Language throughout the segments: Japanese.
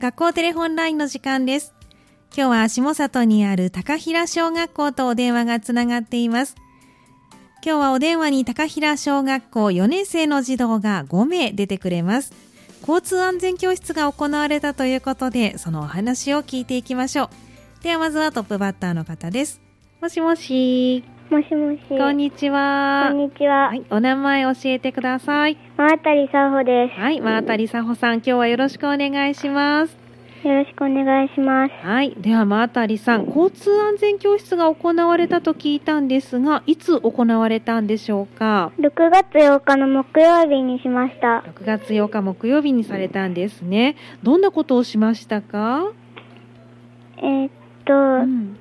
学校テレホンラインの時間です。今日は下里にある高平小学校とお電話がつながっています。今日はお電話に高平小学校4年生の児童が5名出てくれます。交通安全教室が行われたということで、そのお話を聞いていきましょう。ではまずはトップバッターの方です。もしもし。もしもし。こんにちは。こんにちは。はい、お名前教えてください。真渡りさほです。はい、真渡りさほさん、今日はよろしくお願いします。よろしくお願いします。はい、では真渡りさん、交通安全教室が行われたと聞いたんですが、いつ行われたんでしょうか。 6月8日の木曜日にしました。 6月8日木曜日にされたんですね。どんなことをしましたか。えー、っと。うん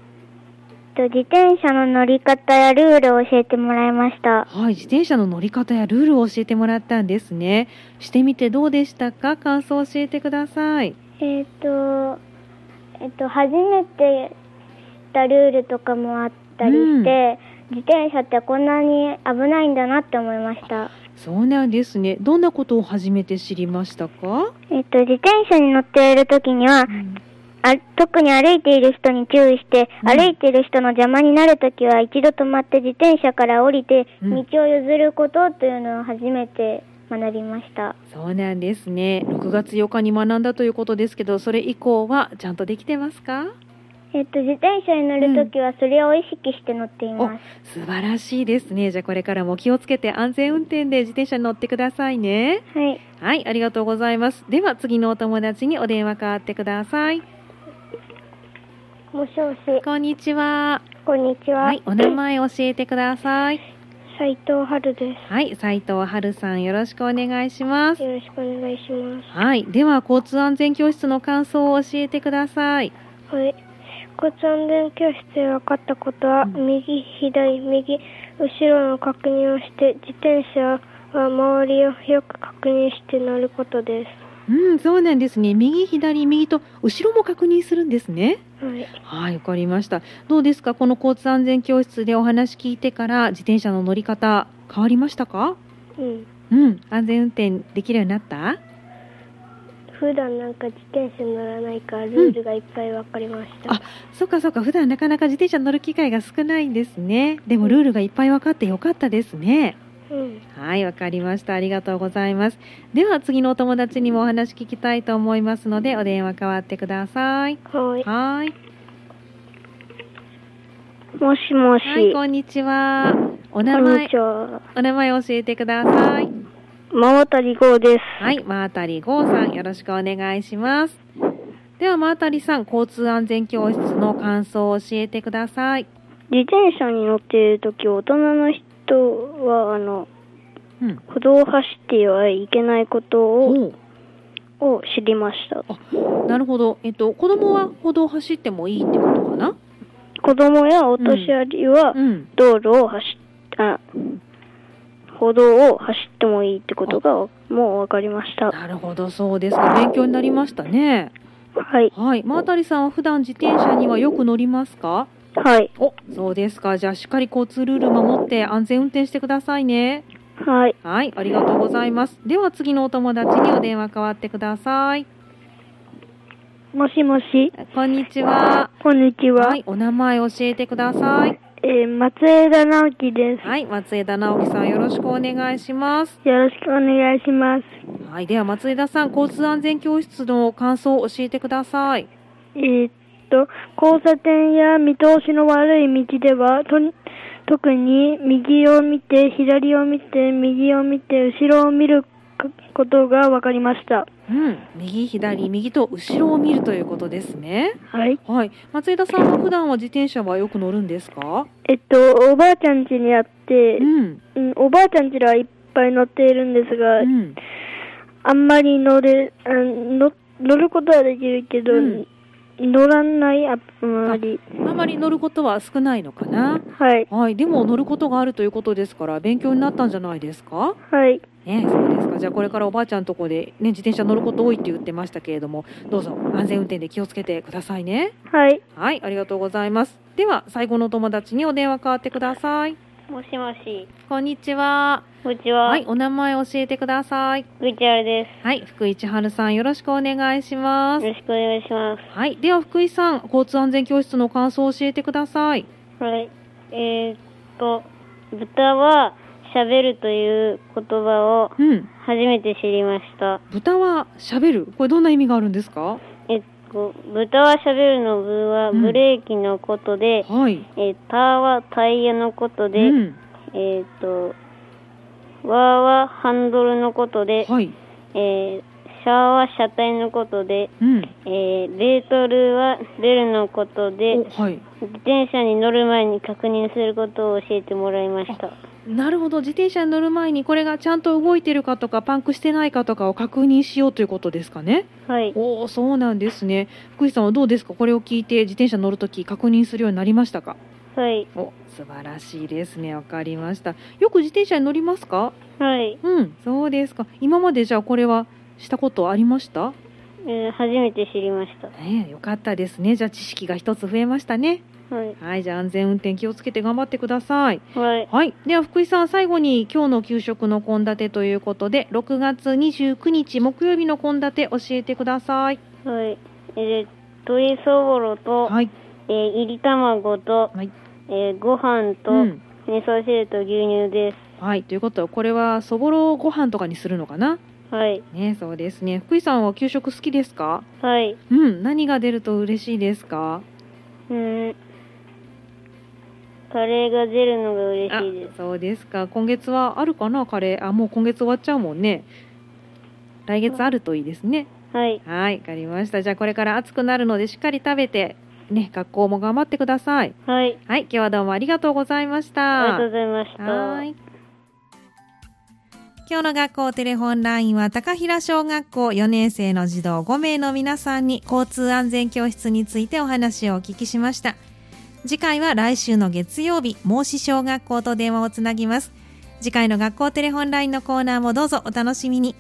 と自転車の乗り方やルールを教えてもらいましたはい自転車の乗り方やルールを教えてもらったんですねしてみてどうでしたか感想を教えてくださいえっ、ー、とえっ、ー、と初めてしたルールとかもあったりして、うん、自転車ってこんなに危ないんだなって思いましたそうなんですねどんなことを初めて知りましたかえっ、ー、と自転車に乗っている時には、うんあ特に歩いている人に注意して、うん、歩いている人の邪魔になるときは一度止まって自転車から降りて、うん、道を譲ることというのを初めて学びましたそうなんですね6月8日に学んだということですけどそれ以降はちゃんとできてますか、えっと、自転車に乗るときはそれを意識して乗っていますうん、素晴らしいですねじゃあこれからも気をつけて安全運転で自転車に乗ってくださいねはい、はい、ありがとうございますでは次のお友達にお電話代わってくださいもしもし。こんにちは。こんにちは。はい、お名前教えてください。斉藤春です。はい、斉藤春さん、よろしくお願いします。よろしくお願いします。はい、では交通安全教室の感想を教えてください。はい。交通安全教室で分かったことは、うん、右、左、右、後ろの確認をして、自転車は周りをよく確認して乗ることです。うん、そうなんですね。右、左、右と後ろも確認するんですね。はい、わかりました。どうですか、この交通安全教室でお話聞いてから自転車の乗り方変わりましたか？うん。うん、安全運転できるようになった？普段なんか自転車乗らないからルールがいっぱい分かりました、うん、あそうかそうか普段なかなか自転車乗る機会が少ないんですねでもルールがいっぱい分かってよかったですね、うん、はい、わかりました。ありがとうございます。では、次のお友達にもお話聞きたいと思いますので、お電話代わってください。。。はいもしもし、はいこんにちは。お名前。お名前教えてください。真渡り号です。はい、真渡り号さん、よろしくお願いします。では、真渡りさん、交通安全教室の感想を教えてください。自転車に乗っているとき、大人の人人はあの、うん、歩道を走ってはいけないことを,、を知りましたなるほど、えっと、子供は歩道を走ってもいいってことかな子供やお年寄りは道路を走っ、うんうん歩道を走ってもいいってことがもう分かりましたなるほどそうですか勉強になりましたねはいはい真渡さんは普段自転車にはよく乗りますかはい。お、そうですか。じゃあしっかり交通ルール守って安全運転してくださいね。はい。はい、ありがとうございます。では次のお友達にお電話代わってください。もしもし。こんにちは。こんにちは。はい、お名前教えてください。えー、松枝直樹です。はい、松枝直樹さんよろしくお願いします。よろしくお願いします。はい、では松枝さん、交通安全教室の感想を教えてください。えーと交差点や見通しの悪い道では特に右を見て左を見て右を見て後ろを見ることが分かりました、うん、右左右と後ろを見るということですねはい、はい、松枝さんは普段は自転車はよく乗るんですかえっとおばあちゃん家にあって、うん、うん、おばあちゃん家ではいっぱい乗っているんですが、うん、あんまり乗れ乗乗ることはできるけど、乗らないあんまりあまり乗ることは少ないのかなはい、はい、でも乗ることがあるということですから勉強になったんじゃないですはかいねそうですかじゃあこれからおばあちゃんのとこで、ね、自転車乗ること多いって言ってましたけれどもどうぞ安全運転で気をつけてくださいねはいはいありがとうございますでは最後のお友達にお電話代わってくださいもしもし。こんにちは。こんにちは。はい、お名前教えてください。福一春です。はい、福一春さん、よろしくお願いします。よろしくお願いします。はい、では福井さん、交通安全教室の感想を教えてください。はい。えー、っと、豚は喋るという言葉をうん、初めて知りました。豚は喋る。これどんな意味があるんですか。えっと、豚は喋るの部はうんブレーキのことで、はい。えー、ターはタイヤのことで、うん、えー、っと、ワーはハンドルのことで、はい。えー、シャーは車体のことで、うん。えー、ベートルはベルのことで、おはい。自転車に乗る前に確認することを教えてもらいました。なるほど。自転車に乗る前にこれがちゃんと動いてるかとかパンクしてないかとかを確認しようということですかね。はい。おお、そうなんですね。福井さんはどうですか。これを聞いて自転車に乗るとき確認するようになりましたか。はい。お、素晴らしいですね。わかりました。よく自転車に乗りますか。はい。うん、そうですか。今までじゃあこれはしたことありましたえー初めて知りました。ねえ、よかったですね。じゃあ知識が一つ増えましたね。はい。はい、じゃあ安全運転気をつけて頑張ってください。はい。はい、では福井さん、最後に今日の給食の献立ということで、6月29日木曜日の献立教えてください。はい。えー、鶏そぼろと、はい、えー、いり卵と、はい、えー、ご飯と、うん、味噌汁と牛乳ではい、ということはこれはそぼろご飯とかにするのかな。す。はい。ね、そうですね。福井さんは給食好きですか？はい。うん、何が出ると嬉しいですか？うーん。カレーが出るのが嬉しいであす。そうですか今月はあるかなカレーあもう今月終わっちゃうもんね来月あるといいですねはい。はいわかりましたじゃあこれから暑くなるのでしっかり食べてね学校も頑張ってくださいはい。はい今日はどうもありがとうございましありがたとうございました。はい今日の学校テレホンラインは高平小学校4年生の児童5名の皆さんに交通安全教室についてお話をお聞きしました次回は来週の月曜日孟子小学校と電話をつなぎます次回の学校テレホンラインのコーナーもどうぞお楽しみに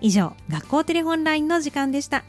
以上学校テレホンラインの時間でした